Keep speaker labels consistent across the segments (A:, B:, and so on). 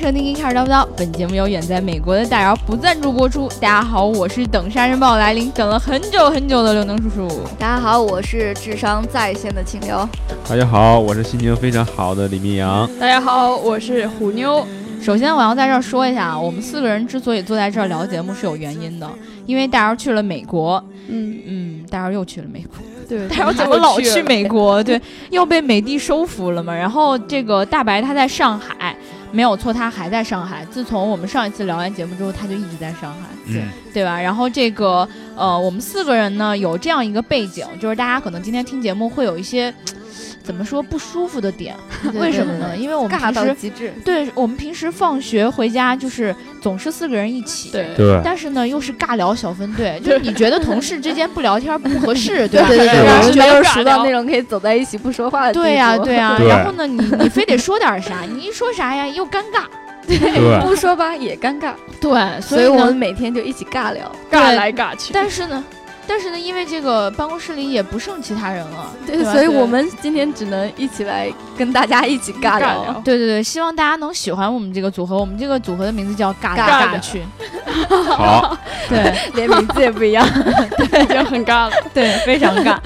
A: 收听《一开始叨不叨》，本节目由远在美国的大姚不赞助播出。大家好，我是等沙尘暴来临等了很久很久的刘能叔叔。
B: 大家好，我是智商在线的清流。
C: 大家好，我是心情非常好的李明阳。
D: 大家好，我是虎妞。
A: 首先，我要在这儿说一下啊，我们四个人之所以坐在这儿聊节目是有原因的，因为大姚去了美国，
D: 嗯，
A: 嗯，大姚又去了美 国，
D: 对，
A: 大姚怎么老去美国？对，又被美帝收服了嘛。然后这个大白他在上海，没有错，他还在上海。自从我们上一次聊完节目之后，他就一直在上海。
C: 嗯，
A: 对吧？然后这个呃，我们四个人呢有这样一个背景，就是大家可能今天听节目会有一些怎么说不舒服的点，为什么呢？因为我们
B: 尬
A: 平
B: 到
A: 时
B: 极致，
A: 对我们平时放学回家就是总是四个人一起，
D: 对，
C: 对，
A: 但是呢又是尬聊小分队，就是你觉得同事之间不聊天不合 适，对吧？
B: 对啊
C: 是
B: 对，
C: 吧
B: 我们没有熟
D: 是
B: 到
D: 吧
B: 那种可以走在一起不说话的地步。
A: 对呀、对 呀、
C: 对
A: 然后呢，你你非得说点啥，你一说啥呀又尴尬，
C: 对，
B: 不说吧也尴尬，
A: 对，
B: 所
A: 所
B: 以
A: 以
B: 我
A: 呢
B: 们，每天就一起尬聊。
D: 尬来尬去。
A: 但是呢，但是呢，因为这个办公室里也不剩其他人了，
B: 对，
A: 吧
B: 所以我们今天只能一起来跟大家一起尬
D: 尬
B: 聊
D: 聊。
A: 对对对，希望大家能喜欢我们这个组合。我们这个组合的名字叫“尬
B: 尬
A: 来
D: 聊
A: 尬去
C: 好，”，
A: 对
B: 连名字也不一 样。
D: 已经很尬了。
A: 对，非常尬。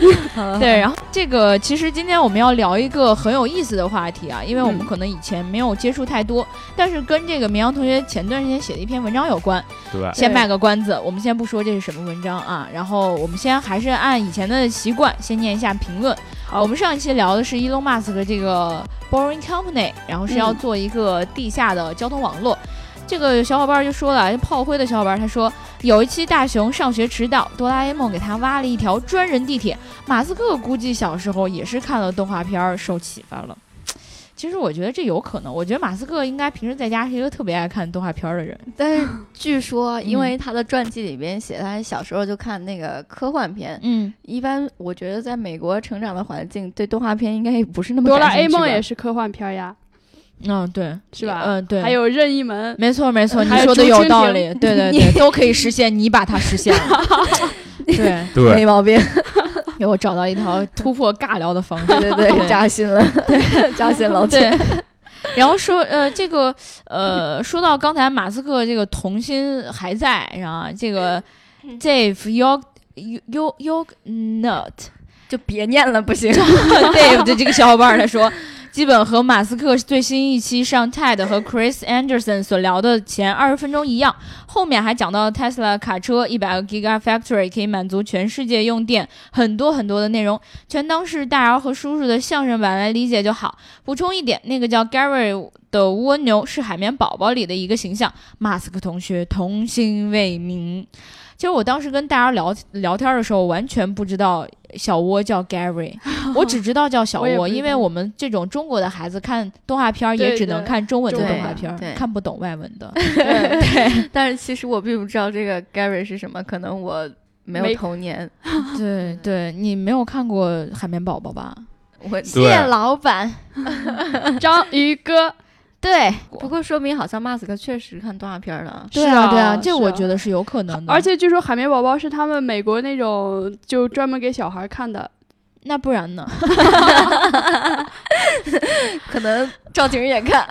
B: 对，
A: 对，然后这个其实今天我们要聊一个很有意思的话题啊，因为我们
D: 嗯
A: 可能以前没有接触太多，但是跟这个绵阳同学前段时间写的一篇文章有关。
C: 对，
A: 先卖个关子，我们先不说这是什么文章啊，然后我们先还是按以前的习惯，先念一下评论。好，我们上一期聊的是 Elon Musk 的这个 Boring Company，然后是要
D: 嗯
A: 做一个地下的交通网络。这个小伙伴就说了，炮灰的小伙伴他说，有一期大雄上学迟到，哆啦 A 梦给他挖了一条专人地铁。马斯克估计小时候也是看了动画片儿受启发了。其实我觉得这有可能，我觉得马斯克应该平时在家是一个特别爱看动画片儿的人。
B: 但是据说，因为他的传记里边写，他小时候就看那个科幻片。
A: 嗯，
B: 一般我觉得在美国成长的环境，对动画片应该也不是那么
D: 哆
B: 感
D: 啦
B: 兴
D: A
B: 趣吧
D: 梦也是科幻片呀，
A: 嗯，对，
D: 是吧？
A: 嗯，对，
D: 还有任 意门，
A: 没错没错，你
D: 还有
A: 说的
D: 竹
A: 有
D: 蜻
A: 道
D: 蜓
A: 理，对对对，都可以实现，你把它实现 了，对，
C: 对，
B: 没毛 病。
A: 给我找到一条突破尬聊的方式，
B: 对对对，
A: 对
B: 扎心 了，对，扎心老铁。
A: 对。 然后说，呃，这个，呃，说到刚才马斯克这个童心还在，然后这个 Dave York York York Nut
B: 就别念了，不 行。
A: Dave 的这个小伙伴儿他说，基本和马斯克最新一期上 TED 和 Chris Anderson 所聊的前二十分钟一样，后面还讲到 Tesla 卡车一百个 Gigafactory 可以满足全世界用电，很多很多的内容，全当是大姚和叔叔的相声版来理解就好。补充一点，那个叫 Gary 的蜗牛是海绵宝宝里的一个形象，马斯克同学童心未泯。其实我当时跟大家聊聊天的时候，完全不知道小蜗叫 Gary，我只知道叫小
D: 我也不
A: 蜗，
D: 知道
A: 因为我们这种中国的孩子看动画片儿也
D: 对
A: 只能
D: 对
A: 看中文的
B: 对
A: 动画片
B: 对
A: 儿，看不懂外文 的。
B: 但是其实我并不知道这个 Gary 是什么，可能我没有
D: 没
B: 童年。
A: 对对，你没有看过《海绵宝宝》吧？
B: 我
C: 对
B: 老板。
D: 章鱼哥，
A: 对，
B: 不过说明好像马斯克确实看动画片 了。
A: 对
D: 是
A: 啊
D: 啊
A: 对啊，
D: 是
A: 这我
D: 啊
A: 觉得是有可能的。
D: 而且据说海绵宝宝是他们美国那种就专门给小孩看的，
A: 那不然呢？
B: 可能赵景也 看。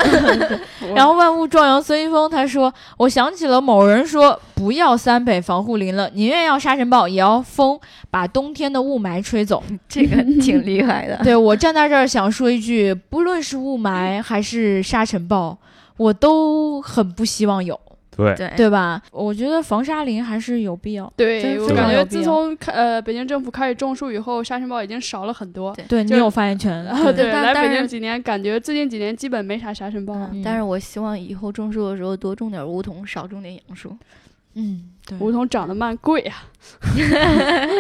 A: 然后万物壮阳孙一峰他说：“我想起了某人说，不要三北防护林了，宁愿要沙尘暴也要风，把冬天的雾霾吹 走。
B: 这个挺厉害的。
A: 对我站在这儿想说一句，不论是雾霾还是沙尘暴，我都很不希望有，
C: 对，
B: 对
A: 对吧？我觉得防沙林还是有必要。
D: 对
B: 真
D: 我
B: 非
D: 感
A: 常有
D: 觉
A: 必
D: 自
A: 要
D: 从开呃北京政府开始种树以后，沙尘暴已经少了很多。
A: 对你
D: 就是
A: 有发言权。
D: 然 后
A: 对
D: 对，
B: 但
D: 来
B: 但
D: 北
B: 是
D: 京几年，感觉最近几年基本没啥沙尘暴了。
B: 嗯但是我希望以后种树的时候多种点梧桐，少种点杨树。
A: 嗯，对，
D: 梧桐长得慢，贵呀、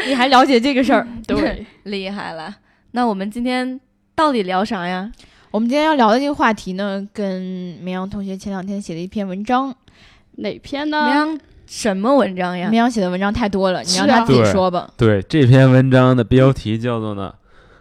A: 你还了解这个事儿？
D: 对，
B: 厉害了。那我们今天到底聊啥呀？
A: 我们今天要聊的这个话题呢，跟绵阳同学前两天写的一篇文章，
D: 哪篇
B: 绵
D: 呢？
B: 阳什么文章呀
A: 绵？阳写的文章太多了，你让
D: 是啊
A: 他自己
C: 对
A: 说吧。
C: 对，这篇文章的标题叫做呢。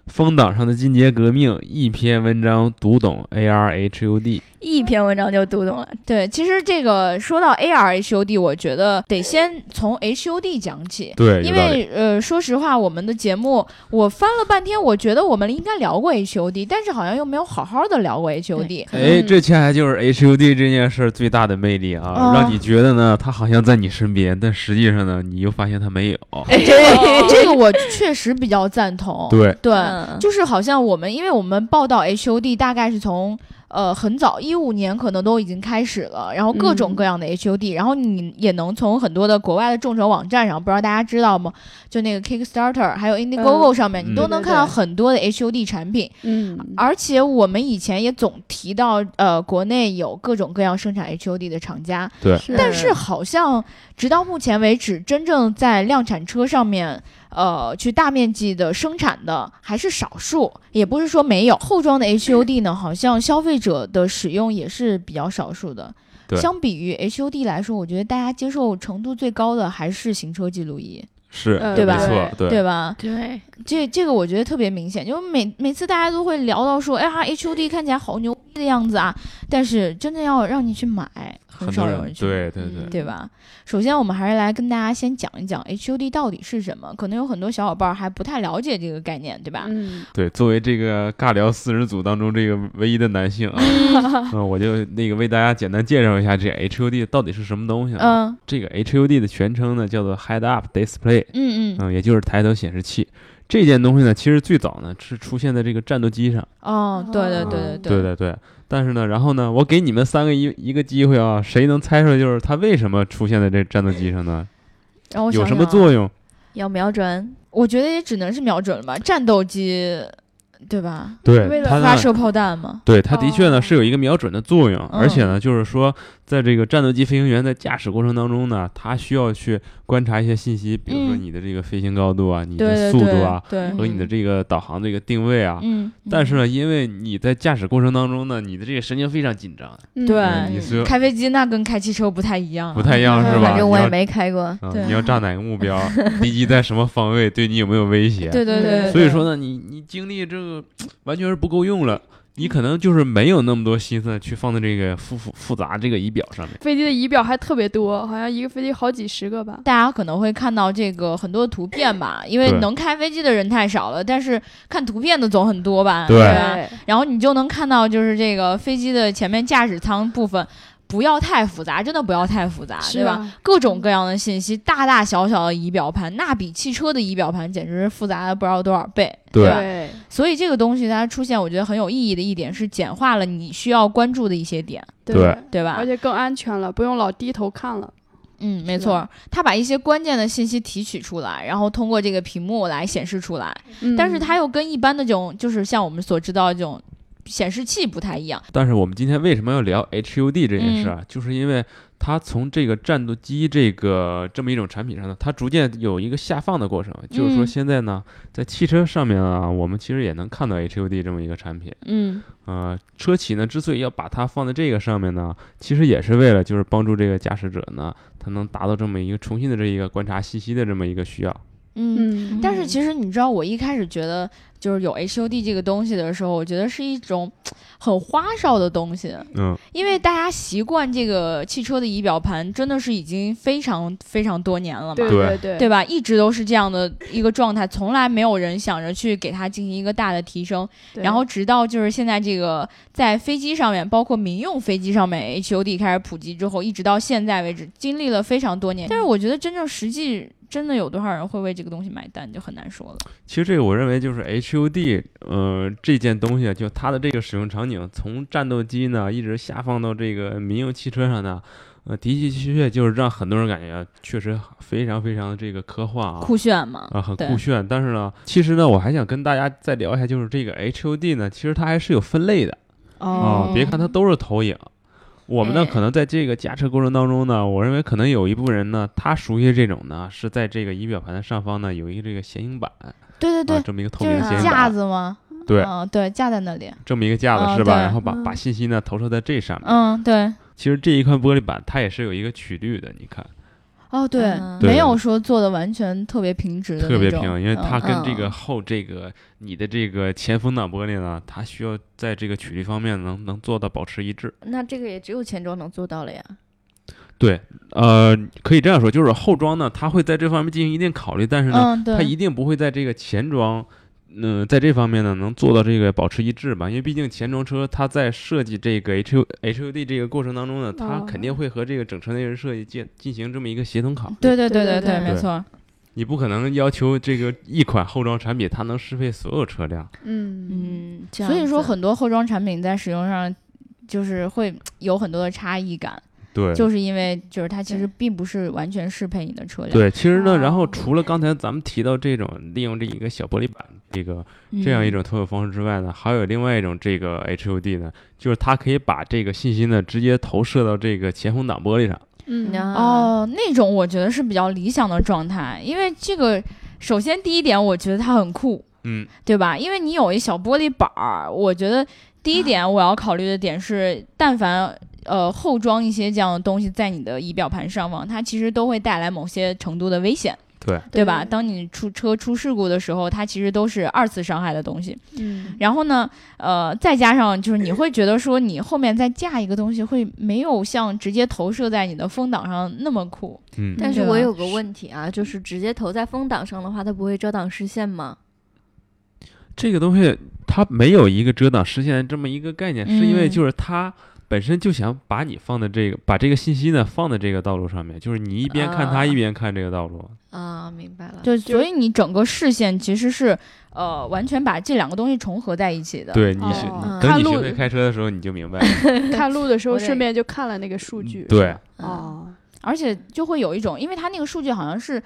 C: 风岛上的进阶革命，一篇文章读懂 A R H U D。
B: 一篇文章就读懂了。
A: 对，其实这个说到 AR HUD，我觉得得先从 HUD 讲起。
C: 对，
A: 因
C: 有道理
A: 为呃，说实话，我们的节目我翻了半天，我觉得我们应该聊过 HUD，但是好像又没有好好的聊过 HUD。
C: 哎，
D: 嗯
C: 这恰恰就是 HUD 这件事儿最大的魅力啊，
A: 哦
C: 让你觉得呢，它好像在你身边，但实际上呢，你又发现它没有。
A: 哦这这个我确实比较赞同。
C: 对，
A: 对，
B: 嗯
A: 就是好像我们，因为我们报道 HUD 大概是从呃很早一五年可能都已经开始了，然后各种
D: 嗯
A: 各样的 HUD，、然后你也能从很多的国外的众筹网站上，不知道大家知道吗？就那个 Kickstarter 还有 Indiegogo 上面，
C: 嗯
A: 你都能
B: 对对
A: 看到
B: 对
A: 很多的 HUD 产品。
D: 嗯，
A: 而且我们以前也总提到，呃，国内有各种各样生产 HUD 的厂家，但是好像直到目前为止，真正在量产车上面，呃，去大面积的生产的还是少数，也不是说没有。嗯后装的 HUD 呢，好像消费者的使用也是比较少数的。
C: 对
A: 相比于 HUD 来说，我觉得大家接受程度最高的还是行车记录仪，
C: 是，
D: 嗯
A: 呃对吧
C: 没错，对，
A: 对吧？
B: 对，
A: 这这个我觉得特别明显，就是每每次大家都会聊到说，哎呀，HUD 看起来好牛逼的样子啊，但是真的要让你去买，很
C: 很
A: 少
C: 多
A: 有
C: 人
A: 人去买。
C: 对对对
D: 嗯，
A: 对吧？首先，我们还是来跟大家先讲一讲 HUD 到底是什么。可能有很多小伙伴儿还不太了解这个概念，对吧？
D: 嗯，
C: 对，作为这个尬聊四人组当中这个唯一的男性啊， 嗯，我就那个为大家简单介绍一下这 HUD 到底是什么东西啊。
A: 嗯
C: 这个 HUD 的全称呢叫做 Head Up Display，
A: 嗯嗯，
C: 嗯，也就是抬头显示器。这件东西呢，其实最早呢是出现在这个战斗机上，啊
A: 哦，对对对
C: 对
A: 对，
C: 对对。但是呢，然后呢，我给你们三个一一个机会啊，谁能猜出来就是它为什么出现在这战斗机上呢？
A: 然后我
C: 有
A: 想
C: 什
A: 想
C: 么
A: 啊
C: 作用？
B: 要瞄准，
A: 我觉得也只能是瞄准了吧，战斗机，对吧？
C: 对，
D: 为了
C: 它
A: 发
C: 呢
A: 射炮弹嘛。
C: 对，它的确呢
D: 哦
C: 是有一个瞄准的作用，而且
A: 嗯
C: 呢，就是说，在这个战斗机飞行员在驾驶过程当中呢，他需要去观察一些信息，比如说
A: 嗯
C: 你的这个飞行高度啊、你
A: 对
C: 的
A: 对
C: 速
A: 对
C: 度啊
A: 对，
C: 和你的这个导航这个定位啊。
A: 嗯，
C: 但是呢，因为你在驾驶过程当中呢，你的这个神经非常紧张，
D: 嗯
A: 对
C: 嗯你是
A: 开飞机那跟开汽车不太一样啊，
C: 不太一样
D: 嗯
C: 是吧？
B: 反正我也
C: 你要
B: 没开过。
C: 啊
A: 对
C: 你要炸哪个 目标，敌机在什么方位，对你有没有威胁？
A: 对对对，对
C: 所以说，呢，你你精力这个完全是不够用了，你可能就是没有那么多心思去放在这个复复复杂这个仪表上面。
D: 飞机的仪表还特别多，好像一个飞机好几十个吧。
A: 大家可能会看到这个很多图片吧，因为
C: 对
A: 能开飞机的人太少了，但是看图片的总很多吧，
C: 对
A: 吧？然后你就能看到，就是这个飞机的前面驾驶舱部分，不要太复杂，真的不要太复杂，
D: 是啊
A: 对吧？？各种各样的信息，大大小小的仪表盘，那比汽车的仪表盘简直是复杂了不知道多少倍。
C: 对
A: 吧
D: 对，
A: 所以这个东西它出现，我觉得很有意义的一点是简化了你需要关注的一些点，
C: 对
A: 对吧
D: 而？且更安全了，不用老低头看了。
A: 嗯，没
D: 是
A: 错，它把一些关键的信息提取出来，然后通过这个屏幕来显示出来。
D: 嗯
A: 但是它又跟一般的这种，就是像我们所知道的这种显示器不太一样。
C: 但是我们今天为什么要聊 HUD 这件事啊？就是因为它从这个战斗机这个这么一种产品上呢，它逐渐有一个下放的过程。就是说
A: 嗯
C: 现在呢，在汽车上面啊，我们其实也能看到 HUD 这么一个产品。
A: 嗯
C: 呃，车企呢之所以要把它放在这个上面呢，其实也是为了就是帮助这个驾驶者呢，他能达到这么一个重新的这一个观察信息的这么一个需要。
A: 嗯
D: 嗯，
A: 但是其实你知道，我一开始觉得就是有 HUD 这个东西的时候，我觉得是一种很花哨的东西，
C: 嗯，
A: 因为大家习惯这个汽车的仪表盘，真的是已经非常非常多年了嘛。
D: 对
C: 对
D: 对
A: 对吧？一直都是这样的一个状态，从来没有人想着去给它进行一个大的提升。
D: 对
A: 然后直到就是现在这个在飞机上面，包括民用飞机上面 HUD 开始普及之后，一直到现在为止，经历了非常多年。但嗯是我觉得真正实际真的有多少人会为这个东西买单，就很难说了。
C: 其实这个我认为就是 HUD，呃，这件东西啊就它的这个使用场景，从战斗机呢一直下放到这个民用汽车上呢，呃，的的确确就是让很多人感觉啊确实非常非常的这个科幻啊。
A: 酷炫嘛，
C: 啊，很
A: 对
C: 酷炫，但是呢，其实呢，我还想跟大家再聊一下，就是这个 HUD 呢，其实它还是有分类的啊、
A: 哦
C: 别看它都是投影，我们呢
B: 哎
C: 可能在这个驾车过程当中呢，我认为可能有一部分人呢，他熟悉这种呢，是在这个仪表盘的上方呢有一个这个显影板，
A: 对对对，
C: 啊，这么一个透
A: 就
C: 明
A: 是
C: 的显影
A: 架
C: 板，
A: 子吗？
C: 对
A: 嗯，对，架在那里。
C: 这么一个架
A: 啊
C: 子是吧？
A: 对
C: 然后把
D: 嗯
C: 把信息呢投射在这上面。
A: 嗯，对。
C: 其实这一块玻璃板它也是有一个曲率的，你看，
A: 哦，对，
B: 嗯
A: 没
C: 对
A: 有说做的完全特别平直的
C: 特别
A: 那种
C: 平，因为它
B: 嗯
C: 跟这个
B: 嗯
C: 后这个你的这个前风挡玻璃呢，它需要在这个曲率方面能能做到保持一致。
B: 那这个也只有钱庄能做到了呀。
C: 对，呃，可以这样说，就是后装呢，它会在这方面进行一定考虑，但是呢，
A: 嗯，对，
C: 它一定不会在这个前装。嗯、在这方面呢，能做到这个保持一致吧？因为毕竟前装车它在设计这个 H U H U D 这个过程当中呢，它
D: 哦
C: 肯定会和这个整车内饰设计进进行这么一个协同考。
A: 对对
D: 对
A: 对
D: 对对
A: 没
C: 对
A: 错，
C: 你不可能要求这个一款后装产品它能适配所有车辆。
D: 嗯，
B: 嗯，这样
A: 所以说
B: 子
A: 很多后装产品在使用上。就是会有很多的差异感，
C: 对
A: 就是因为就是它其实
B: 对
A: 并不是完全适配你的车辆。
C: 对，其实呢，然后
D: 哦
C: 除了刚才咱们提到这种利用这一个小玻璃板这个
A: 嗯，
C: 这样一种投影方式之外呢，还有另外一种这个 HUD 呢，就是它可以把这个信息呢直接投射到这个前风挡玻璃上。
D: 嗯
B: 啊
A: 哦，那种我觉得是比较理想的状态，因为这个首先第一点，我觉得它很酷，
C: 嗯，
A: 对吧？因为你有一小玻璃板儿，我觉得第一点我要考虑的点是，但凡呃后装一些这样的东西在你的仪表盘上方，它其实都会带来某些程度的危险，
C: 对，
A: 对吧？
D: 对
A: 当你出车出事故的时候，它其实都是二次伤害的东西。
D: 嗯，
A: 然后呢，呃，再加上就是你会觉得说，你后面再架一个东西会没有像直接投射在你的风挡上那么酷。
C: 嗯，
B: 但
A: 嗯
B: 是
A: 对
B: 我
A: 吧
B: 有个问题啊，就是直接投在风挡上的话，它不会遮挡视线吗？
C: 这个东西它没有一个遮挡视线的这么一个概念，是因为
A: 嗯
C: 就是它。本身就想把你放在这个，把这个信息呢放在这个道路上面，就是你一边看它，
B: 啊
C: 一边看这个道路。
B: 啊，明白了。
A: 就
D: 就
A: 所以你整个视线其实是呃完全把这两个东西重合在一起的。
C: 对你
D: 哦
C: 学，
D: 哦
C: 等
D: 看
C: 你
D: 路
C: 学会开车的时候，你就明白了。
D: 看路的时候
B: 我得
D: 顺便就看了那个数据，
C: 对
D: 是吧，
B: 嗯
D: 哦，
A: 而且就会有一种，因为它那个数据好像是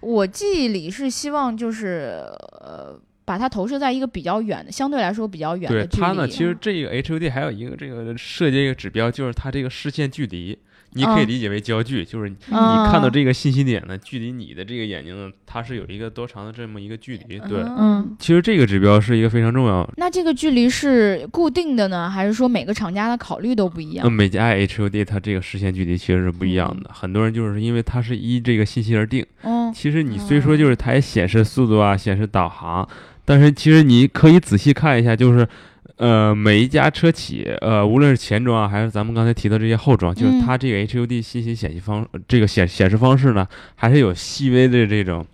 A: 我记忆里是希望就是呃把它投射在一个比较远的，相对来说比较远
C: 对
A: 的距离。
C: 它呢，其实这个 HUD 还有一个这个设计一个指标，就是它这个视线距离，你可以
A: 嗯
C: 理解为焦距，就是你
A: 嗯
C: 看到这个信息点呢，距离你的这个眼睛呢，它是有一个多长的这么一个距离。对，
A: 嗯，
C: 其实这个指标是一个非常重要，
A: 那这个距离是固定的呢，还是说每个厂家的考虑都不一样
C: 那？每家 HUD 它这个视线距离其实是不一样的，很多人就是因为它是依这个信息而定。
A: 嗯
C: 其实你虽说就是它也显示速度啊，显示导航，但是其实你可以仔细看一下，就是呃每一家车企，呃无论是前装啊，还是咱们刚才提到这些后装，就是
A: 嗯
C: 它这个 HUD 信息显示方、呃这个显显示方式呢，还是有细微的这种。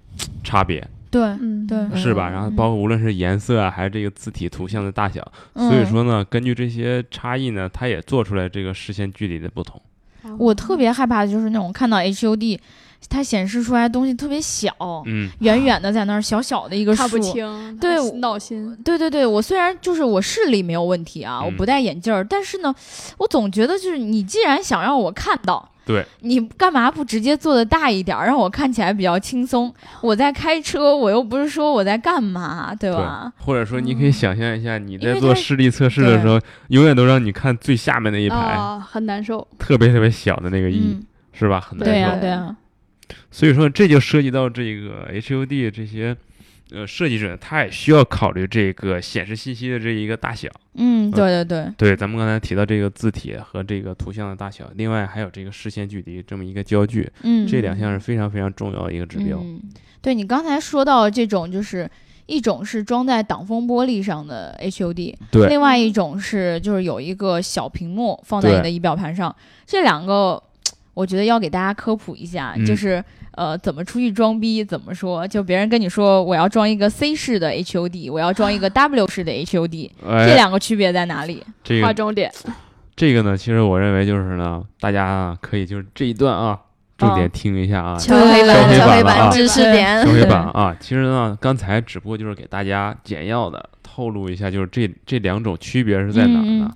C: 差别
A: 对，
D: 嗯
A: 对
C: 是吧？
B: 嗯
C: 然后包括无论是颜色啊，还是这个字体图像的大小，所以
A: 嗯
C: 说呢，根据这些差异呢，它也做出来这个视线距离的不同。
D: 哦
A: 我特别害怕的就是那种看到 HUD，它显示出来的东西特别小，
C: 嗯，
A: 远远的在那儿小小的一个
D: 看不
A: 数。
D: 清，
A: 对
D: 他
A: 我
D: 闹心，
A: 对对对，我虽然就是我视力没有问题啊，
C: 嗯
A: 我不戴眼镜儿，但是呢，我总觉得就是你既然想让我看到，
C: 对，
A: 你干嘛不直接做的大一点儿，让我看起来比较轻松？我在开车，我又不是说我在干嘛，对吧？
C: 或者说，你可以想象一下，你
A: 因
C: 在
A: 为
C: 做
A: 它哦
C: 视力测试的时候，永远都让你看最下面那一排，
D: 啊，很难受，
C: 特别特别小的那个一、
A: 嗯，
C: 是吧？很难
A: 对呀、
C: 受。
A: 对呀、
C: 所以说，这就涉及到这个 HUD 这些，呃，设计者他也需要考虑这个显示信息的这一个大小。
A: 嗯，对对对，
C: 对，咱们刚才提到这个字体和这个图像的大小，另外还有这个视线距离这么一个焦距，
A: 嗯，
C: 这两项是非常非常重要的一个指标。
B: 嗯
A: 对你刚才说到这种，就是一种是装在挡风玻璃上的 HUD，
C: 对
A: 另外一种是就是有一个小屏幕放在
C: 对
A: 你的仪表盘上，这两个。我觉得要给大家科普一下，
C: 嗯
A: 就是呃，怎么出去装逼，怎么说？就别人跟你说我要装一个 C 式的 HUD，我要装
B: 啊
A: 一个 W 式的 HUD，、这
C: 哎，
A: 两个区别在哪里？
C: 这
D: 划
C: 个
D: 重点，
C: 这个呢，其实我认为就是呢，大家啊可以就是这一段啊，重点听一下啊，
B: 敲黑板，
C: 敲
B: 敲黑
C: 黑板了啊
B: 板，知识点
C: 消。费 版啊，其实呢，刚才只不过就是给大家简要的透露一下，就是这这两种区别是在哪儿呢？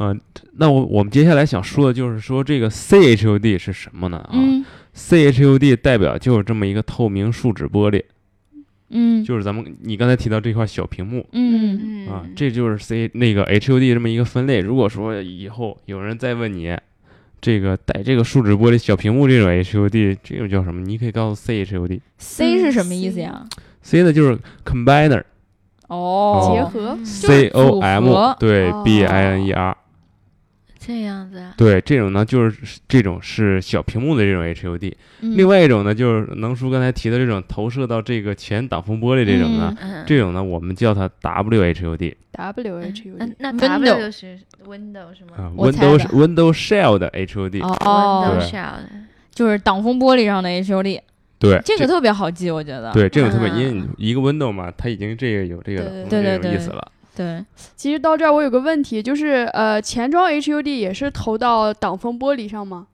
C: 嗯、那我我们接下来想说的就是说这个 CHUD 是什么呢？啊、
A: 嗯
C: c h u d 代表就是这么一个透明树脂玻璃，
A: 嗯
C: 就是咱们你刚才提到这块小屏幕。
A: 嗯
B: 嗯
C: 啊，这就是 C 那个 HUD 这么一个分类。如果说以后有人再问你，这个带这个树脂玻璃小屏幕这种 HUD，这种叫什么？你可以告诉 CHUD。
A: 嗯，C 是什么意思呀？
C: C 呢就是 combiner，
A: 哦，
D: 结合
B: 嗯
A: 就是
C: C O
A: 组合
C: M 对
D: 哦
C: B I N E R，
B: 这样子啊，
C: 对，这种呢就是这种是小屏幕的这种 HUD，、
A: 嗯
C: 另外一种呢就是能叔刚才提的这种投射到这个前挡风玻璃这种呢，
B: 嗯，
C: 这种呢我们叫它 WHUD
D: W
B: 嗯
D: H U
B: 嗯
D: D，
B: 那
A: Window
B: W 就是 Window 是
C: 啊
B: 吗
A: 我猜的
C: ，Windows Windows Shell 的 HUD，、
A: 哦
B: ？Window
C: 啊
B: 啊
C: 对
B: Shell
A: 就是挡风玻璃上的 HUD，
C: 对，
A: 这个特别好记，我觉得。
C: 对，这种特别，因为
B: 嗯
C: 你一个 window 嘛，它已经这个有这个了
A: 啊对对
C: 这种
A: 对
C: 意
A: 对
C: 思了。
A: 对
D: 其实到这儿我有个问题，就是呃，前装 H U D 也是投到挡风玻璃上吗？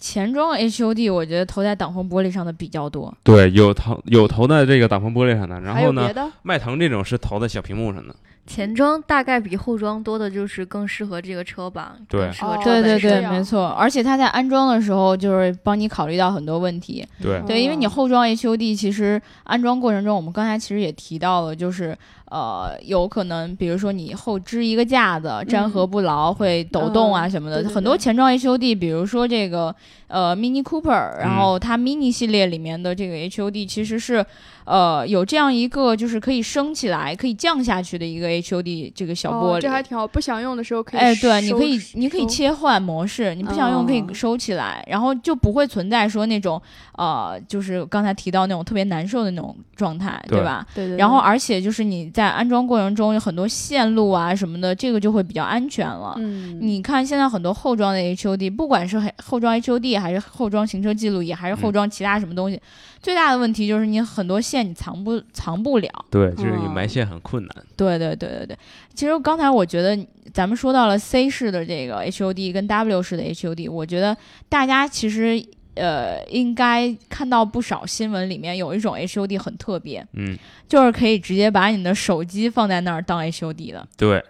A: 前装 HUD 我觉得投在挡风玻璃上的比较多。
C: 对，有投有投在这个挡风玻璃上的，然
D: 还
C: 后
D: 有别
C: 呢，
D: 的？
C: 迈腾这种是投在小屏幕上的。
B: 前装大概比后装多的就是更适合这个车吧，
C: 对
B: 更适合
D: 哦
A: 对啊
B: 车
A: 对
B: 本身
A: 对，
D: 这样
A: 没错。而且它在安装的时候，就是帮你考虑到很多问题。
C: 对
A: 对，因为你
D: 哦
A: 后装 HUD 其实安装过程中，我们刚才其实也提到了，就是呃，有可能比如说你后支一个架子，粘合不牢，会抖动啊
D: 嗯
A: 什么的。
D: 对对
A: 很多
D: 对
A: 前装 HUD，比如说这个呃 Mini Cooper，
C: 嗯
A: 然后它 Mini 系列里面的这个 HUD 其实是呃有这样一个就是可以升起来、可以降下去的一个 HUD 这个小玻
D: 哦，这还
A: 璃。
D: 挺好，不想用的时候可以
A: 哎，对，你
D: 收
A: 可以
D: 拾
A: 你可以
D: 收
A: 切换模式，你不想用可以
D: 哦
A: 收起来，然后就不会存在说那种呃，就是刚才提到那种特别难受的那种状态，对
C: 对
A: 吧？
D: 对对，
A: 然后
D: 对
A: 而且就是你在安装过程中有很多线路啊什么的，这个就会比较安全了。
D: 嗯，
A: 你看，现在很多后装的 HUD，不管是后装 HUD 还是后装行车记录仪，还是后
C: 嗯
A: 装其他什么东西，最大的问题就是你很多线你藏不藏不了。
C: 对，就是你
D: 哦
C: 埋线很困难。
A: 对对对对对，其实刚才我觉得咱们说到了 C 式的这个 HUD 跟 W 式的 HUD，我觉得大家其实呃应该看到不少新闻里面有一种 HUD 很特别，
C: 嗯，
A: 就是可以直接把你的手机放在那儿当 HUD 的。
C: 对，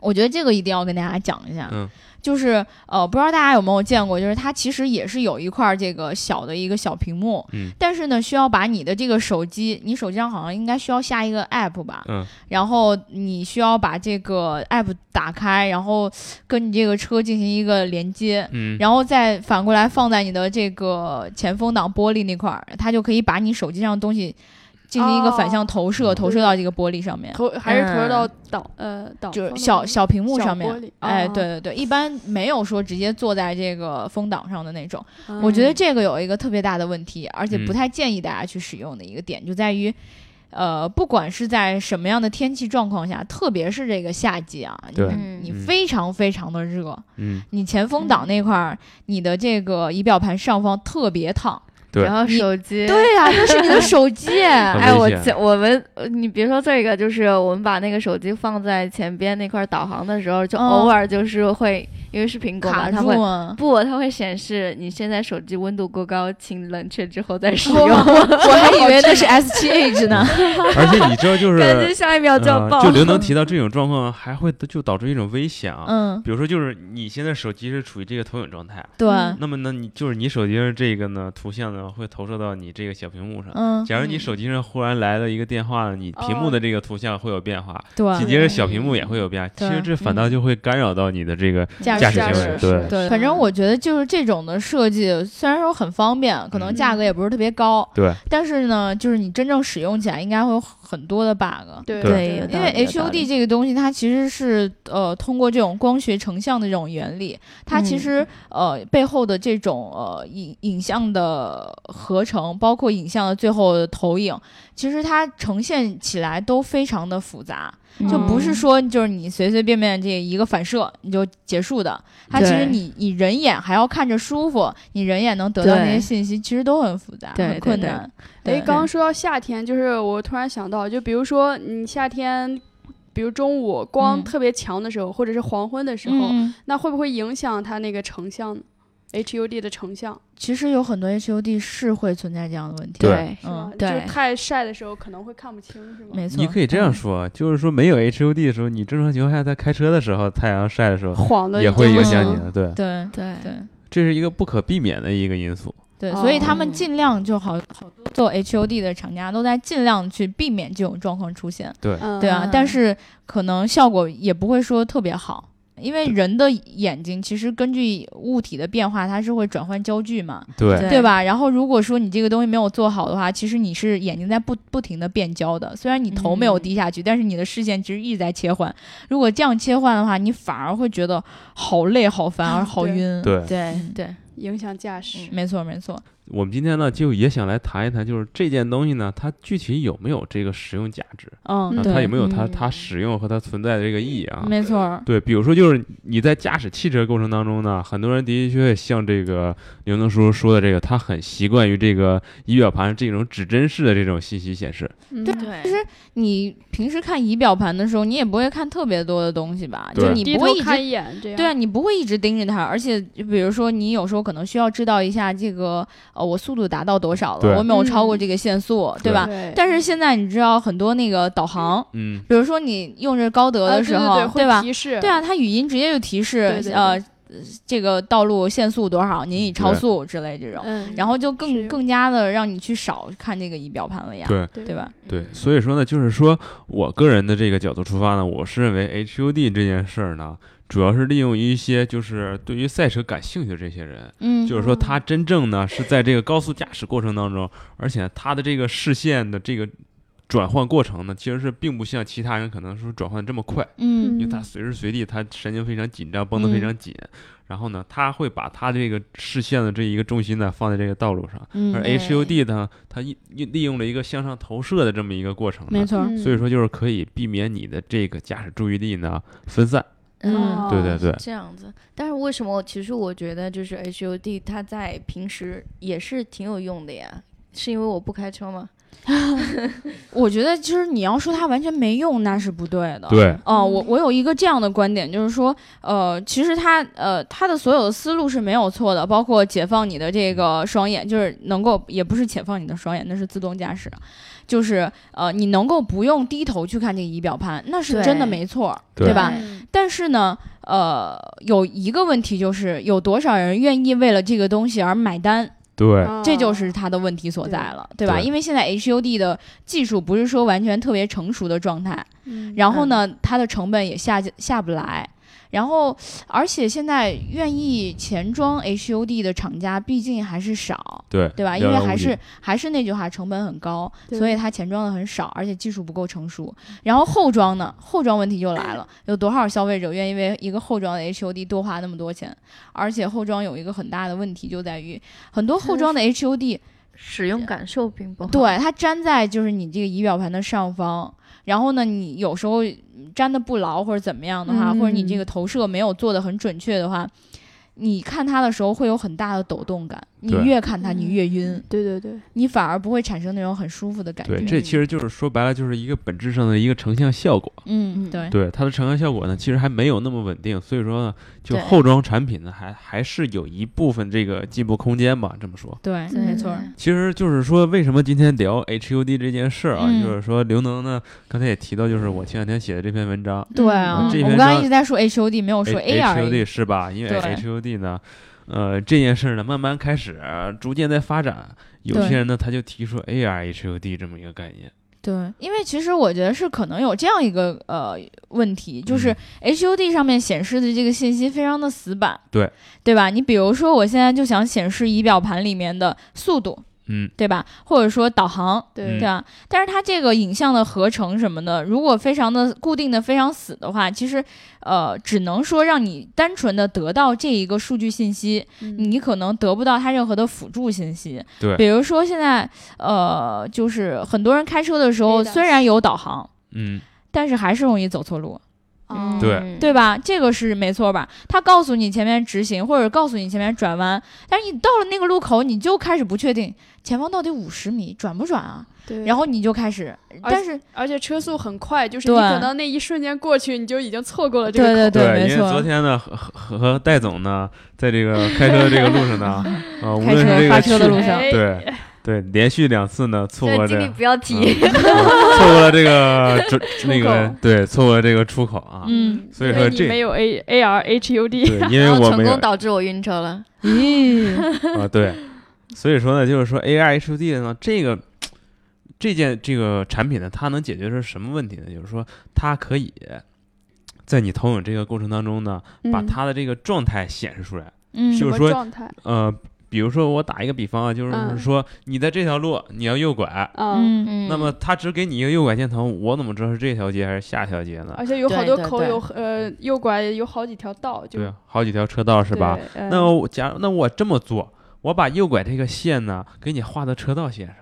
A: 我觉得这个一定要跟大家讲一下，
C: 嗯
A: 就是呃，不知道大家有没有见过，就是它其实也是有一块这个小的一个小屏幕，
C: 嗯
A: 但是呢，需要把你的这个手机，你手机上好像应该需要下一个 app 吧，
C: 嗯，
A: 然后你需要把这个 app 打开，然后跟你这个车进行一个连接。
C: 嗯，
A: 然后再反过来放在你的这个前风挡玻璃那块儿，它就可以把你手机上的东西进行一个反向投射，
C: 哦
A: 投射到这个玻璃上面，
D: 投还是投入到
A: 嗯
D: 挡呃挡
A: 就是
D: 风的
A: 小
D: 玻璃
A: 小屏幕
D: 小
A: 上面
D: 玻。璃
A: 哎，
D: 哦
A: 对对对，一般没有说直接坐在这个风挡上的那种。
D: 嗯
A: 我觉得这个有一个特别大的问题，而且
C: 嗯
A: 不太建议大家去使用的一个点，就在于，呃，不管是在什么样的天气状况下，特别是这个夏季啊，
C: 对
A: 你你
C: 嗯
A: 非常非常的热，
C: 嗯，
A: 你前风挡
B: 嗯
A: 那块儿，你的这个仪表盘上方特别烫。
C: 对
B: 然后
A: 你
B: 手机
A: 对呀、那是 你的手机哎。
C: 很
B: 哎，
C: 危
B: 我
C: 险
B: 记我们呃你别说这个，就是我们把那个手机放在前边那块导航的时候，就
A: 嗯
B: 偶尔就是会，因为是苹果
A: 卡
B: 嘛，它
A: 住
B: 会
A: 啊！
B: 不，它会显示你现在手机温度过高，请冷却之后再使
A: 我
B: 用。
A: 我还以为那是 S 7 H 呢。
C: 而且你知道就是
B: 感觉下一秒就要
C: 呃
B: 爆。
C: 就刘能提到这种状况，还会就导致一种危险 啊。
A: 嗯，
C: 比如说，就是你现在手机是处于这个投影状态，
A: 对，
B: 嗯
C: 那么呢，你就是你手机上这个呢图像呢会投射到你这个小屏幕上。
A: 嗯，
C: 假如你
B: 嗯
C: 手机上忽然来了一个电话呢，你屏幕
D: 哦
C: 的这个图像会有变化，紧
A: 哦对，
C: 接着小屏幕也会有变化。其
A: 对嗯
C: 实这反倒就会干扰到你的这个，
A: 驾
C: 驾驶
A: 驶
C: 行为对
A: 对，反正我觉得就是这种的设计，虽然说很方便，可能
C: 嗯
A: 价格也不是特别高，
C: 对
A: 但是呢，就是你真正使用起来，应该会有很多的 bug。
D: 对
C: 对
B: 有道
A: 因为
B: 理有道理
A: HUD 这个东西，它其实是呃通过这种光学成像的这种原理，它
B: 嗯
A: 其实、呃背后的这种呃影影像的合成，包括影像的最后的投影，其实它呈现起来都非常的复杂，
B: 嗯
A: 就不是说就是你随随便便这一个反射你就结束的，它其实
B: 对
A: 你你人眼还要看着舒服，你人眼能得到那些
B: 对
A: 信息，其实都很复杂，
B: 对
A: 很
B: 对
A: 困
B: 对
A: 难。
D: 哎，
A: 对
D: 刚刚说到夏天，就是我突然想到，就比如说你夏天，比如中午光
A: 嗯
D: 特别强的时候，或者是黄昏的时候，
A: 嗯。
D: 那会不会影响它那个成像呢？HUD 的成像
A: 其实有很多 HUD 是会存在这样的问题。
C: 对
B: 对
D: 是吧
A: 嗯，？
D: 就
B: 对
D: 是太晒的时候可能会看不清，是吗？
A: 没错。嗯
C: 你可以这样说，就是说没有 HUD 的时候，你正常情况下在开车的时候，太阳晒的时候
D: 晃的
C: 也会
A: 就
C: 影
A: 是
C: 响你的。对，
A: 对
B: 对
A: 对
C: 这是一个不可避免的一个因素。
A: 对，
D: 哦
A: 所以他们尽量就好好多做 HUD 的厂家都在尽量去避免这种状况出现，
C: 对
D: 嗯
A: 对啊，
B: 嗯
A: 但是可能效果也不会说特别好。因为人的眼睛其实根据物体的变化，它是会转换焦距嘛，
C: 对
B: 对
A: 对吧？然后如果说你这个东西没有做好的话，其实你是眼睛在不不停的变焦的，虽然你头没有低下去，但是你的视线其实一直在切换。如果这样切换的话，你反而会觉得好累、好烦，而好
D: 对
A: 晕。
C: 对，
B: 对
A: 啊对，
D: 影响驾驶。
A: 没错没错。
C: 我们今天呢就也想来谈一谈，就是这件东西呢，它具体有没有这个使用价值，
A: 嗯，
C: 啊
A: 对，
C: 它有没有它
B: 嗯
C: 它使用和它存在的这个意义啊？
A: 没错，
C: 对，比如说就是你在驾驶汽车过程当中呢，很多人的确像这个刘能叔叔说的这个，他很习惯于这个仪表盘这种指针式的这种信息显示。
D: 嗯
A: 对
B: 对，
A: 其实你平时看仪表盘的时候，你也不会看特别多的东西吧？就
C: 对
A: 你
D: 低
A: 不会
D: 头
A: 一直
D: 看一眼这样。
A: 对啊，你不会一直盯着它，而且就比如说，你有时候可能需要知道一下这个，呃，我速度达到多少
C: 对
A: 了，我没有超过
D: 嗯
A: 这个限速，
C: 对
A: 对吧？
D: 对
A: 但是现在你知道很多那个导航，
C: 嗯，
A: 比如说你用着高德
D: 啊
A: 的
D: 对
A: 时候，
D: 对对会
A: 吧？
D: 提示
A: 对啊，它语音直接就提示，
D: 对对
A: 呃，这个道路限速多少，您已超
C: 对
A: 速之类这种，
D: 嗯，
A: 然后就
D: 是
A: 更
D: 有
A: 更加的让你去少看这个仪表盘了呀，
C: 对
D: 对
A: 对吧？
C: 对，所以说呢，就是说我个人的这个角度出发呢，我是认为 HUD 这件事儿呢，主要是利用一些就是对于赛车感兴趣的这些人，
A: 嗯，
C: 就是说他真正呢是在这个高速驾驶过程当中，而且他的这个视线的这个转换过程呢，其实是并不像其他人可能是转换这么快。
A: 嗯
C: 因为他随时随地他神经非常紧张，绷得非
A: 嗯
C: 常紧，然后呢，他会把他这个视线的这一个重心呢放在这个道路上，
A: 嗯
C: 而
B: 对
C: HUD 呢，它一一利用了一个向上投射的这么一个过程呢，
A: 没错，
D: 嗯
C: 所以说就是可以避免你的这个驾驶注意力呢分散，
A: 嗯
D: 哦
C: 对对对，
B: 这样子，但是为什么？其实我觉得就是 HUD 它在平时也是挺有用的呀，是因为我不开车吗？
A: 我觉得其实你要说它完全没用，那是不对的，
C: 对
A: 哦，我我有一个这样的观点，就是说，呃，其实他呃他的所有的思路是没有错的，包括解放你的这个双眼，就是能够也不是解放你的双眼，那是自动驾驶，就是呃你能够不用低头去看这个仪表盘，那是
B: 对
A: 真的没错，
C: 对
A: 吧？
D: 嗯
A: 但是呢，呃，有一个问题就是，有多少人愿意为了这个东西而买单？
C: 对
D: 哦
A: 这就是它的问题所在了，对吧？
C: 对
A: 因为现在 HUD 的技术不是说完全特别成熟的状态，
D: 嗯
A: 然后呢，它的成本也下下不来。然后，而且现在愿意钱庄 HUD 的厂家毕竟还是少，
C: 对
A: 对吧？因为还是还是那句话，成本很高，
D: 对
A: 所以它钱庄的很少，而且技术不够成熟。然后后装呢，后装问题就来了，有多少消费者愿意为一个后装的 HUD 多花那么多钱？而且后装有一个很大的问题就在于，很多后装的 HUD
B: 使用感受并不好。
A: 对，它粘在就是你这个仪表盘的上方，然后呢，你有时候粘的不牢或者怎么样的话，或者你这
D: 嗯
A: 个投射没有做的很准确的话，你看它的时候会有很大的抖动感，你
C: 对
A: 越看它你越晕，
D: 对对对，
A: 你反而不会产生那种很舒服的感
C: 对，
A: 觉。
C: 这其实就是说白了就是一个本质上的一个成像效果。
A: 嗯，
B: 嗯
A: 对，
C: 对它的成像效果呢，其实还没有那么稳定，所以说呢，就
B: 对
C: 后装产品呢，还还是有一部分这个进步空间吧，这么说。
A: 对，
B: 对，
A: 没错儿。
C: 其实就是说，为什么今天聊 HUD 这件事儿啊？
A: 嗯
C: 就是说，刘能呢，刚才也提到，就是我前两天写的这篇文章，
A: 对啊，
C: 嗯这
A: 我
C: 篇
A: 们刚才
C: 上
A: 一直在说 HUD，没有说
C: H-
A: AR。
C: HUD 是吧？因为
A: 对
C: HUD 呢，呃，这件事儿呢，慢慢开始，逐渐在发展。有
A: 对
C: 些人呢，他就提出 AR HUD 这么一个概念。
A: 对，因为其实我觉得是可能有这样一个呃问题，就是
C: 嗯
A: HUD 上面显示的这个信息非常的死板，
C: 对
A: 对吧？你比如说，我现在就想显示仪表盘里面的速度，
C: 嗯，
A: 对吧？或者说导航，
D: 对啊
A: 对吧？但是它这个影像的合成什么的，如果非常的固定的非常死的话，其实呃，只能说让你单纯的得到这一个数据信息，
D: 嗯
A: 你可能得不到它任何的辅助信息。
C: 对
A: 比如说现在，呃，就是很多人开车的时候，
D: ADAS
A: 虽然有导航，
C: 嗯，
A: 但是还是容易走错路，
B: 嗯
D: 哦
C: 对
A: 对吧？这个是没错吧？它告诉你前面直行，或者告诉你前面转弯，但是你到了那个路口，你就开始不确定前方到底五十米转不转啊，
D: 对，
A: 然后你就开始，
D: 而
A: 但是
D: 而且车速很快，就是你
A: 对
D: 可能那一瞬间过去，你就已经错过了这
A: 对
D: 个
A: 对
D: 口
A: 对，没
C: 因为昨
A: 错。
C: 天呢，和和和戴总呢，在这 个开车的这个路上呢，啊，无
A: 开
C: 论是
A: 车
C: 这个
A: 发车的
C: 去
A: 路上
D: 哎
C: 对对，连续两次呢，错过这
B: 经
C: 个
B: 历不要
C: 嗯
B: 提。
C: 错过了这个准那个
D: 口
C: 对，错过了这个出口啊。
A: 嗯，
C: 所以
D: 因
C: 说
D: 为你
C: 这
D: 没有 A A R H U D，
C: 对， 因为
B: 然后
C: 我
B: 成
C: 没有
B: 功导致我晕车了。
A: 咦，
C: 啊，对，所以说呢，就是说 AR HUD 呢，这个这件这个产品呢，它能解决是什么问题呢？就是说它可以在你投影这个过程当中呢，把
D: 嗯
C: 它的这个状态显示出来。
A: 嗯
C: 就
D: 什
C: 是
D: 么
C: 说
D: 状态
C: 呃，比如说我打一个比方啊，就
D: 嗯
C: 是说你在这条路你要右拐，
D: 啊，
A: 嗯，
B: 嗯，
C: 那么他只给你一个右拐箭头，我怎么知道是这条街还是下条街呢？
D: 而且有好
B: 对
D: 多
B: 对
D: 口
B: 对
D: 有呃右拐有好几条道，就
C: 对啊，好几条车道是吧？？
D: 对
C: 那
D: 嗯
C: 我假如那我这么做，我把右拐这个线呢给你画到车道线上，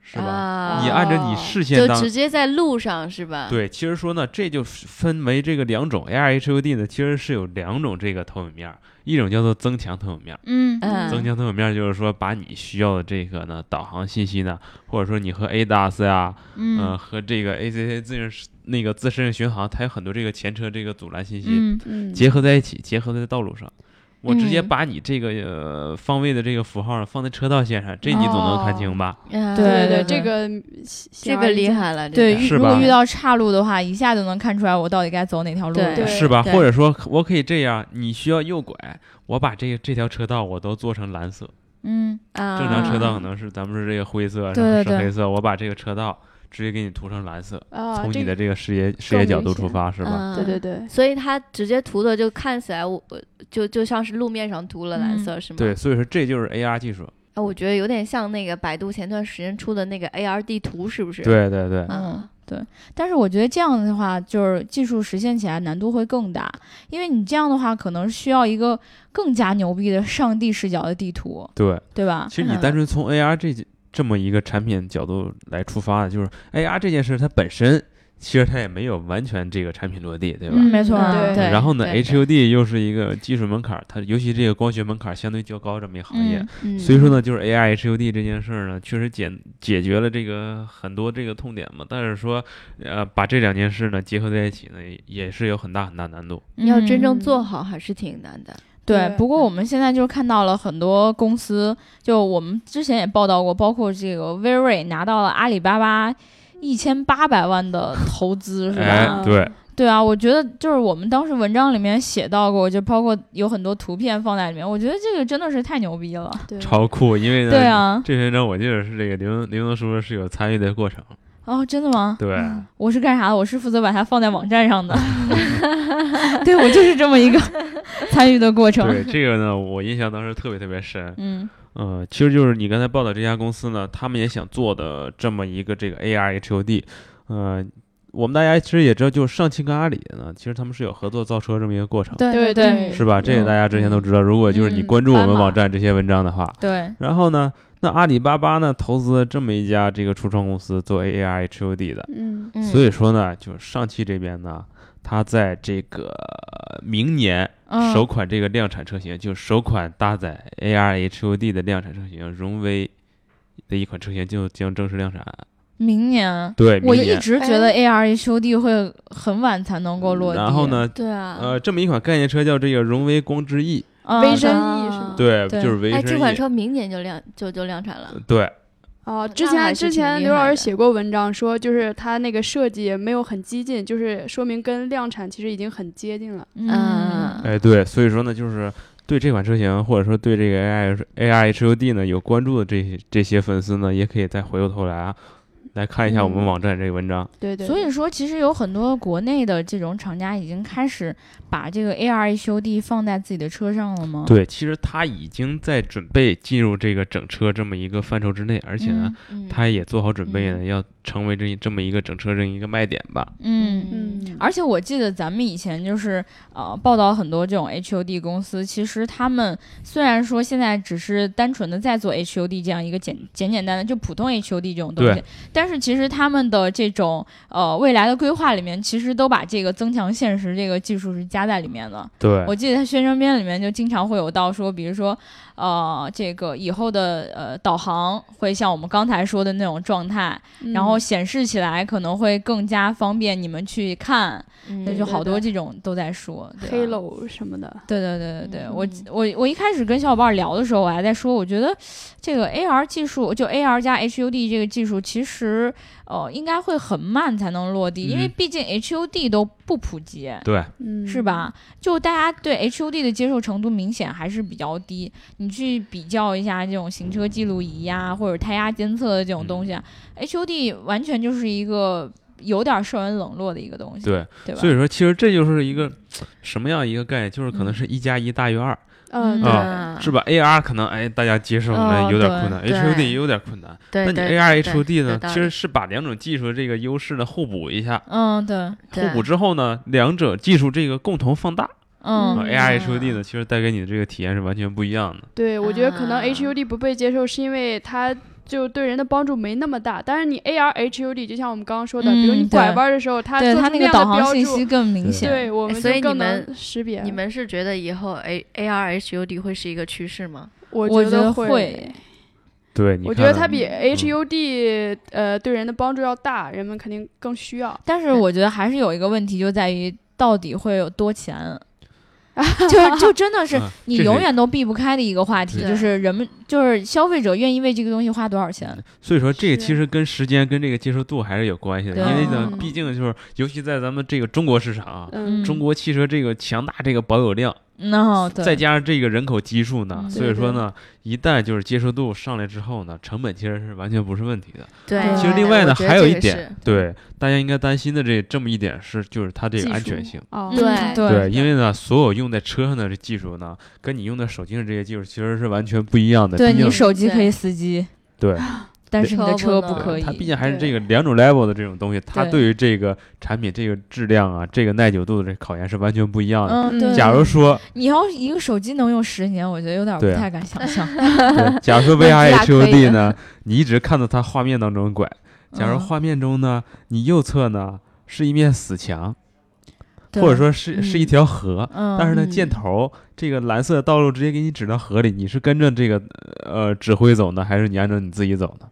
C: 是吧？
B: 啊，
C: 你按照你
D: 哦
C: 视线
B: 就
C: 当
B: 直接在路上是吧？，
C: 对，其实说呢，这就是分为这个两种 AR HUD 呢，其实是有两种这个投影面儿，一种叫做增强投影面儿。
A: 嗯
B: 嗯，
C: 增强投影面儿就是说，把你需要的这个呢导航信息呢，或者说你和 ADAS 呀、呃，
A: 嗯
C: 和这个 ACC 自适那个自适应巡航，它有很多这个前车这个阻拦信息、
A: 嗯
D: 嗯，
C: 结合在一起，结合在道路上。我直接
B: 嗯
C: 把你这个、呃、方位的这个符号呢放在车道线上，这你总能看清吧？
A: 对
B: 啊
D: 对
A: 对对
D: 这个
B: 这
D: 显显
B: 个
D: 而易
B: 厉
D: 见
B: 害了，这
A: 对，
B: 个
A: 遇
C: 是
A: 如果
C: 吧
A: 遇到岔路的话，一下就能看出来我到底该走哪条路了。
B: 对
C: 是吧？
B: 对
C: 或者说，我可以这样，你需要右拐，我把这个这条车道我都做成蓝色，
A: 嗯，
B: 啊，
C: 正常车道可能是咱们是这个灰色，啊
A: 对
C: 上
A: 对
C: 面是
A: 对
C: 黑色，我把这个车道直接给你涂成蓝色，
D: 啊，
C: 从
D: 这
C: 你的
D: 个
C: 这个视野视
D: 更
C: 野角
D: 明
C: 度出
D: 显
C: 发是吧？
B: 嗯
D: 对对。对，
B: 所以它直接涂的就看起来我我就就像是路面上涂了蓝色、是吗？
C: 对，所以说这就是 AR 技术。
B: 啊，我觉得有点像那个百度前段时间出的那个 AR 地图，是不是？
C: 对对对，
A: 嗯
B: 啊，
A: 对，但是我觉得这样的话，就是技术实现起来难度会更大，因为你这样的话，可能需要一个更加牛逼的上帝视角的地图，
C: 对，
A: 对吧？
C: 其实你单纯从 AR 这件这么一个产品角度来出发的，就是 AR 这件事它本身，其实它也没有完全这个产品落地，对吧？
A: 嗯，没错儿，
B: 嗯
D: 对
C: 然后呢
B: 对
C: ，HUD 又是一个技术门槛儿，它尤其这个光学门槛儿相对较高这么一个行业，
A: 嗯
B: 嗯
C: 所以说，呢，就是 AR HUD 这件事儿呢，确实解解决了这个很多这个痛点嘛。但是说，呃，把这两件事呢结合在一起呢，也也是有很大很大难度。
B: 你要真正
D: 嗯
B: 做好还是挺难的。
A: 对，
D: 对
A: 不过我们现在就是看到了很多公司，就我们之前也报道过，包括这个微瑞拿到了阿里巴巴一千八百万的投资，是吧？
C: 哎，对，
A: 对啊，我觉得就是我们当时文章里面写到过，就包括有很多图片放在里面，我觉得这个真的是太牛逼了。
D: 对
C: 超酷，因为呢，
A: 对啊，
C: 这篇文章我记得是这个刘刘能叔叔是有参与的过程，
A: 哦，真的吗？
C: 对。
A: 我是干啥的？我是负责把它放在网站 上的。对，我就是这么一个参与的过程。
C: 对这个呢，我印象当时特别特别深。
A: 嗯
C: 嗯，其实就是你刚才报道这家公司呢，他们也想做的这么一个这个 AR HUD。呃，我们大家其实也知道，就是上汽跟阿里呢，其实他们是有合作造车这么一个过程，
A: 对
D: 对
A: 对
C: 是吧？这个大家之前都知道。如果就是你
A: 嗯
C: 关注我
B: 斑
C: 们
B: 马
C: 网站这些文章的话，
A: 对，
C: 然后呢，那阿里巴巴呢投资了这么一家这个初创公司做 AR HUD 的，
D: 嗯
B: 嗯
C: 所以说呢，就是上汽这边呢，它在这个呃明年
A: 嗯
C: 首款这个量产车型，就首款搭载 AR HUD 的量产车型荣威的一款车型就将正式量产。
A: 明年。
C: 对，
A: 我
C: 明
A: 一
C: 年。
A: 直觉得 AR HUD 会很晚才能够落地。
C: 然后？呢，
B: 对啊，
C: 呃，这么一款概念车叫这个荣威光之翼，
A: 嗯、
D: 微
B: 生
D: 生
B: 意
D: 意
B: 是
D: 是
B: 吗
D: 吗？
C: 对，
A: 对
C: 就是微
B: 哎，这款
C: 生翼。
B: 车明年就量就就量产了。
C: 对，
D: 哦，之
B: 那还
D: 前
B: 是
D: 之
B: 挺
D: 前
B: 厉
D: 刘
B: 害
D: 老师
B: 的
D: 写过文章，说就是它那个设计也没有很激进，就是说明跟量产其实已经很接近了。
A: 嗯
B: 嗯，
C: 哎对，所以说呢，就是对这款车型或者说对这个 AR AR HUD 呢有关注的这些这些粉丝呢，也可以再回过头来啊，来看一下我们
D: 嗯
C: 网站这个文章。
D: 对对，
A: 所以说，其实有很多国内的这种厂家已经开始把这个 AR HUD 放在自己的车上了吗？
C: 对，其实它已经在准备进入这个整车这么一个范畴之内，而且呢，
B: 嗯
C: 它也做好准备呢，要成为这这么一个整车这一个卖点吧。
A: 嗯，嗯，
D: 嗯，
A: 而且我记得咱们以前就是呃报道很多这种 HUD 公司，其实他们虽然说现在只是单纯的在做 HUD 这样一个简简简单单就普通 HUD 这种东西
C: 对，
A: 但是其实他们的这种呃未来的规划里面，其实都把这个增强现实这个技术是加在里面的。
C: 对
A: 我记得他宣传片里面就经常会有到说，比如说，呃，这个以后的呃导航会像我们刚才说的那种状态，
D: 嗯
A: 然后显示起来可能会更加方便你们去看，那
B: 嗯
A: 就好多
D: 对
A: 这种都在说。
D: 黑
A: 楼，
D: 楼什么的，
A: 对对对对对，我
B: 嗯
A: 我我一开始跟小伙伴聊的时候，我还在说，我觉得这个 AR 技术，就 AR 加 HUD 这个技术，其实呃应该会很慢才能落地，因为
C: 嗯
A: 毕竟 HUD 都不普及。
C: 对，
D: 嗯，
A: 是？吧？就大家对 HUD 的接受程度明显还是比较低。你去比较一下这种行
C: 嗯
A: 车记录仪呀、或者胎压监测的这种东西、啊 h u d 完全就是一个有点受人冷落的一个东西，
C: 对，
A: 对吧？
C: 所以说，其实这就是一个什么样一个概念，就是可能是一加一大于二，
D: 嗯，对
C: 啊是吧？AR 可能哎大家接受呢
B: 哦
C: 有点困难
B: 对
C: ，HUD
B: 对
C: 也有点困难。
B: 对
C: 那你
B: 对
C: AR
B: 对
C: HUD
B: 有
C: 呢，
B: 道
C: 其
B: 理
C: 实是把两种技术的这个优势呢互补一下，
A: 嗯，对，
C: 互
B: 对
C: 补之后呢，两者技术这个共同放大。
A: 嗯，
C: 啊
D: 嗯
C: ，AR HUD 呢，其实带给你的这个体验是完全不一样的。
D: 对，我觉得可能
B: 啊
D: HUD 不被接受是因为它就对人的帮助没那么大，但是你 AR HUD 就像我们刚刚说的，比如
A: 嗯
D: 你
A: 对
D: 拐弯的时候，它
A: 对
D: 做
A: 它
D: 出
A: 那
D: 那
A: 个
D: 样
A: 导
D: 的
A: 航
D: 标
A: 信息
D: 注，
A: 更明
C: 哎对
A: 显。
D: 对我
B: 哎
D: 们
B: 所
D: 就
B: 以
D: 更
B: 你
D: 能
B: 们
D: 识别。
B: 你们是觉得以后 A A R H U D 会是一个趋势吗？
D: 我
A: 我觉得
D: 得
A: 会，
C: 对，你
D: 我觉得它
C: 看嗯
D: 比 HUD 呃对人的帮助要大，人们肯定更需要。
C: 啊
A: 但是我觉得还是有一个问题，就在于到底会有多钱。 就就真的是
C: 嗯
A: 你
C: 这是
A: 永远都避不开的一个话题，
B: 对
A: 就是人们就是消费者愿意为这个东西花多少钱。
C: 所以说这个
D: 是
C: 其实跟时间跟这个接受度还是有关系的，
A: 对
C: 因为呢
D: 嗯，
C: 毕竟就是尤其在咱们这个中国市场啊，
D: 嗯，
C: 中国汽车这个强大这个保有量，
A: 那
C: 再
A: 嗯哦对，
C: 加上这个人口基数呢，
A: 嗯
C: 所以说呢，一旦就是接受度上来之后呢，成本其实是完全不是问题的。
B: 对
D: 其
C: 其实
D: 实
C: 另外呢，还有一点，，对大家应该担心的这这么一点是，就是它这
D: 技
C: 个安
D: 术
C: 全性。
D: 哦，
A: 嗯
B: 对
A: 对，
C: 因为呢，所有用在车上的这技术呢，跟你用在手机上这些技术其实是完全不一样的。
A: 对
C: 毕竟
A: 你手机可以司机，
C: 对，
A: 但是你的车
B: 车不
A: 不
B: 能
A: 可以。
C: 嗯它毕竟还是这
D: 对
C: 个两种 level 的这种东西，它
A: 对
C: 对于这个产品这个质量啊，这个耐久度的这考验是完全不一样的。
A: 嗯，
D: 嗯
A: 对。
C: 啊假如说，
A: 你要一个手机能用十年，我觉得有点不
C: 对啊
A: 太敢想 象。
C: 对，假如说
A: 问题
C: VR
A: 还可以
C: HUD 呢，你一直看到它画面当中拐，假如
A: 嗯
C: 画面中呢，你右侧呢是一面死墙，
A: 对
C: 或者说是是一
A: 嗯
C: 条河，
A: 嗯，
C: 但是呢，
B: 嗯
C: 箭头这个蓝色的道路直接给你指到河里，你是跟着这个呃指挥走呢，还是你按照你自己走呢？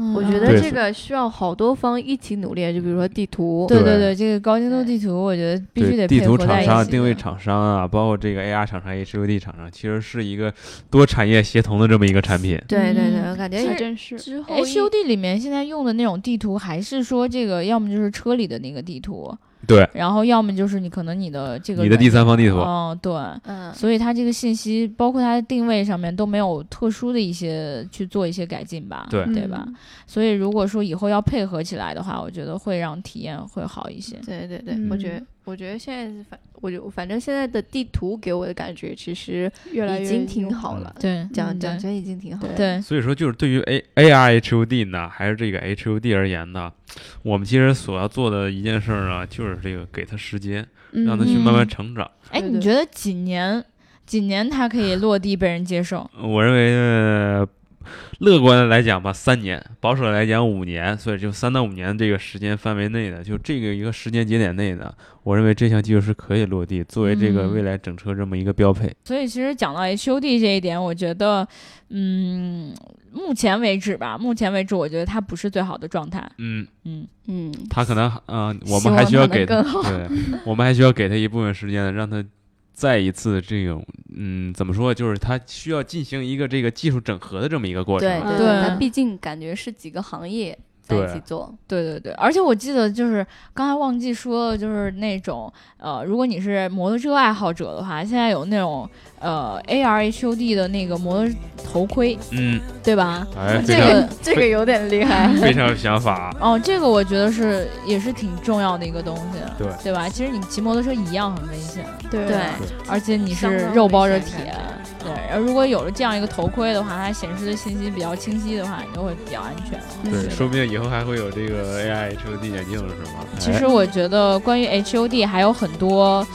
A: 嗯
B: 我觉得
C: 对
B: 这个需要好多方一起努力，就比如说地图，
A: 对对
C: 对
A: 对，这个高精度地图，我觉得必须
C: 对，
A: 得
C: 地
A: 配
C: 图
A: 合在
C: 厂
A: 一
C: 商、
A: 起
C: 定位
A: 的
C: 厂商啊，包括这个 AR 厂商、HUD 厂商，其实是一个多产业协同的这么一个产品。
B: 对对对，
A: 嗯
B: 我感觉
D: 还
B: 是哎
D: 真是。
B: 之哦后一
A: HUD 里面现在用的那种地图，还是说这个要么就是车里的那个地图，
C: 对，
A: 然后要么就是你可能你的这个
C: 你的
A: 软
C: 第三方地
A: 件
C: 图，
A: 嗯，对。
B: 嗯，
A: 所以它这个信息，包括它的定位上面都没有特殊的一些去做一些改进吧，
C: 对
D: 嗯
A: 对吧？所以如果说以后要配合起来的话，我觉得会让体验会好一些。
B: 对对对，我觉得
D: 嗯
B: 我觉得现在是反我就反正现在的地图给我的感觉其实
D: 越来越
B: 已经
D: 用
B: 挺好了，
A: 对
B: 讲
A: 嗯
B: 讲
A: 对
B: 真已经挺好了，
A: 对，
C: 所以说，就是对于 A A R H U D 呢，还是这个 H U D 而言呢，我们其实所要做的一件事儿呢，就是这个给他时间，让
D: 嗯
C: 他去慢慢成长。
A: 哎，
D: 对
A: 你
D: 对
A: 觉得几年？几年它可以落地被人接受？
C: 我认为、呃乐观的来讲吧，三年；保守的来讲，五年。所以就三到五年这个时间范围内的，就这个一个时间节点内的，我认为这项技术是可以落地，作为这个
A: 嗯
C: 未来整车这么一个标配。
A: 所以其实讲到 HUD 这一点，我觉得，嗯，目前为止吧，目前为止，我觉得它不是最好的状态。
C: 嗯，
A: 嗯，
B: 嗯，
C: 他可能嗯、呃我
B: 希
C: 们还
B: 望
C: 需
B: 它
C: 要
B: 能
C: 给
B: 更好
C: 对，我们还需要给他一部分时间，让他再一次这种，嗯，怎么说，就是他需要进行一个这个技术整合的这么一个过程。
B: 对
D: 对
B: 对，
A: 对
B: 它毕竟感觉是几个行业在一起
C: 对
B: 做，
A: 对对对，而且我记得就是刚才忘记说，就是那种呃，如果你是摩托车爱好者的话，现在有那种呃 AR HUD 的那个摩托头盔，
C: 嗯，
A: 对吧？
C: 哎，非
A: 这
C: 常
A: 个
B: 个这个有点厉害，
C: 非常有 想法。
A: 哦，这个我觉得是也是挺重要的一个东西，
C: 对
A: 对吧？其实你骑摩托车一样很危险，
D: 对
B: 对，
A: 而且你
B: 相
A: 是
B: 当
A: 肉包着
B: 危
A: 铁
B: 险感，
A: 对。然后如果有了这样一个头盔的话，它显示的信息比较清晰的话，你就会比较安全。
C: 对，说不定以后还会有这个 AI HUD 眼镜是吗？哎
A: 其实我觉得关于 HUD 还有很多，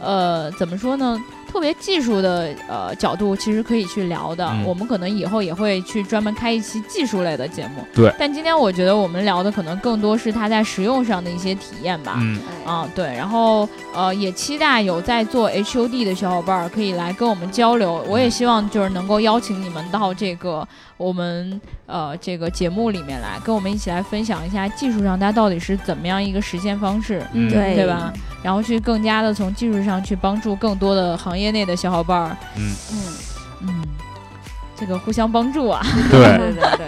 A: 呃，怎么说呢？特别技术的呃角度，其实可以去聊的。
C: 嗯
A: 我们可能以后也会去专门开一期技术类的节目。
C: 对。
A: 但今天我觉得我们聊的可能更多是它在实用上的一些体验吧。
C: 嗯，
A: 啊，对，然后呃，也期待有在做 HUD 的小伙伴儿可以来跟我们交流。
B: 嗯
A: 我也希望就是能够邀请你们到这个我们呃这个节目里面来，跟我们一起来分享一下技术上它到底是怎么样一个实现方式，
C: 嗯
B: 对
A: 对吧？然后去更加的从技术上去帮助更多的行业内的小伙伴儿，
B: 嗯，
A: 嗯，这个互相帮助啊，
C: 对，
B: 对对 对对，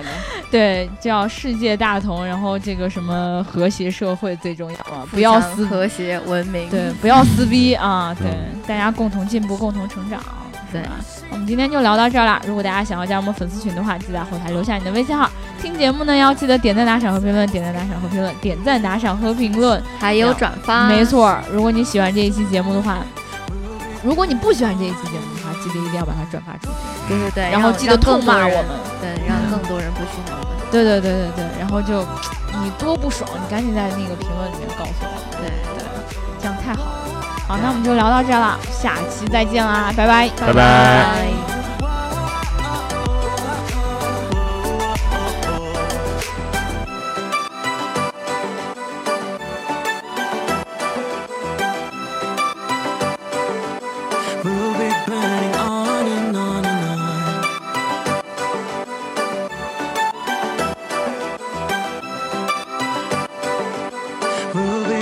A: 对，叫世界大同，然后这个什么和谐社会最重要啊，不要
B: 互
A: 撕
B: 相和谐文明，
A: 对，不要撕逼啊！对
C: 嗯，
A: 大家共同进步，共同成长。
B: 对，
A: 我们今天就聊到这儿啦。如果大家想要加入我们粉丝群的话，记得在后台留下你的微信号。听节目呢，要记得点赞、打赏和评论，点赞、打赏和评论，点赞、打赏和评论。
B: 还有转发，
A: 没，错儿，如果你喜欢这一期节目的话，如果你不喜欢这一期节目的话，记得一定要把它转发出去，
B: 对对对，
A: 然后记得
B: 哎让更
A: 痛骂
B: 多
A: 我
B: 人，
A: 们。
B: 对，让更多人不喜欢我们，
A: 对对对对对，然后就你多不爽，你赶紧在那个评论里面告诉我，
B: 对对，
A: 这样太好了。好，那我们就聊到这儿了，下期再见啦，拜拜。
C: 拜拜。
B: 拜。
E: We'll be burning on and on and on. We'll be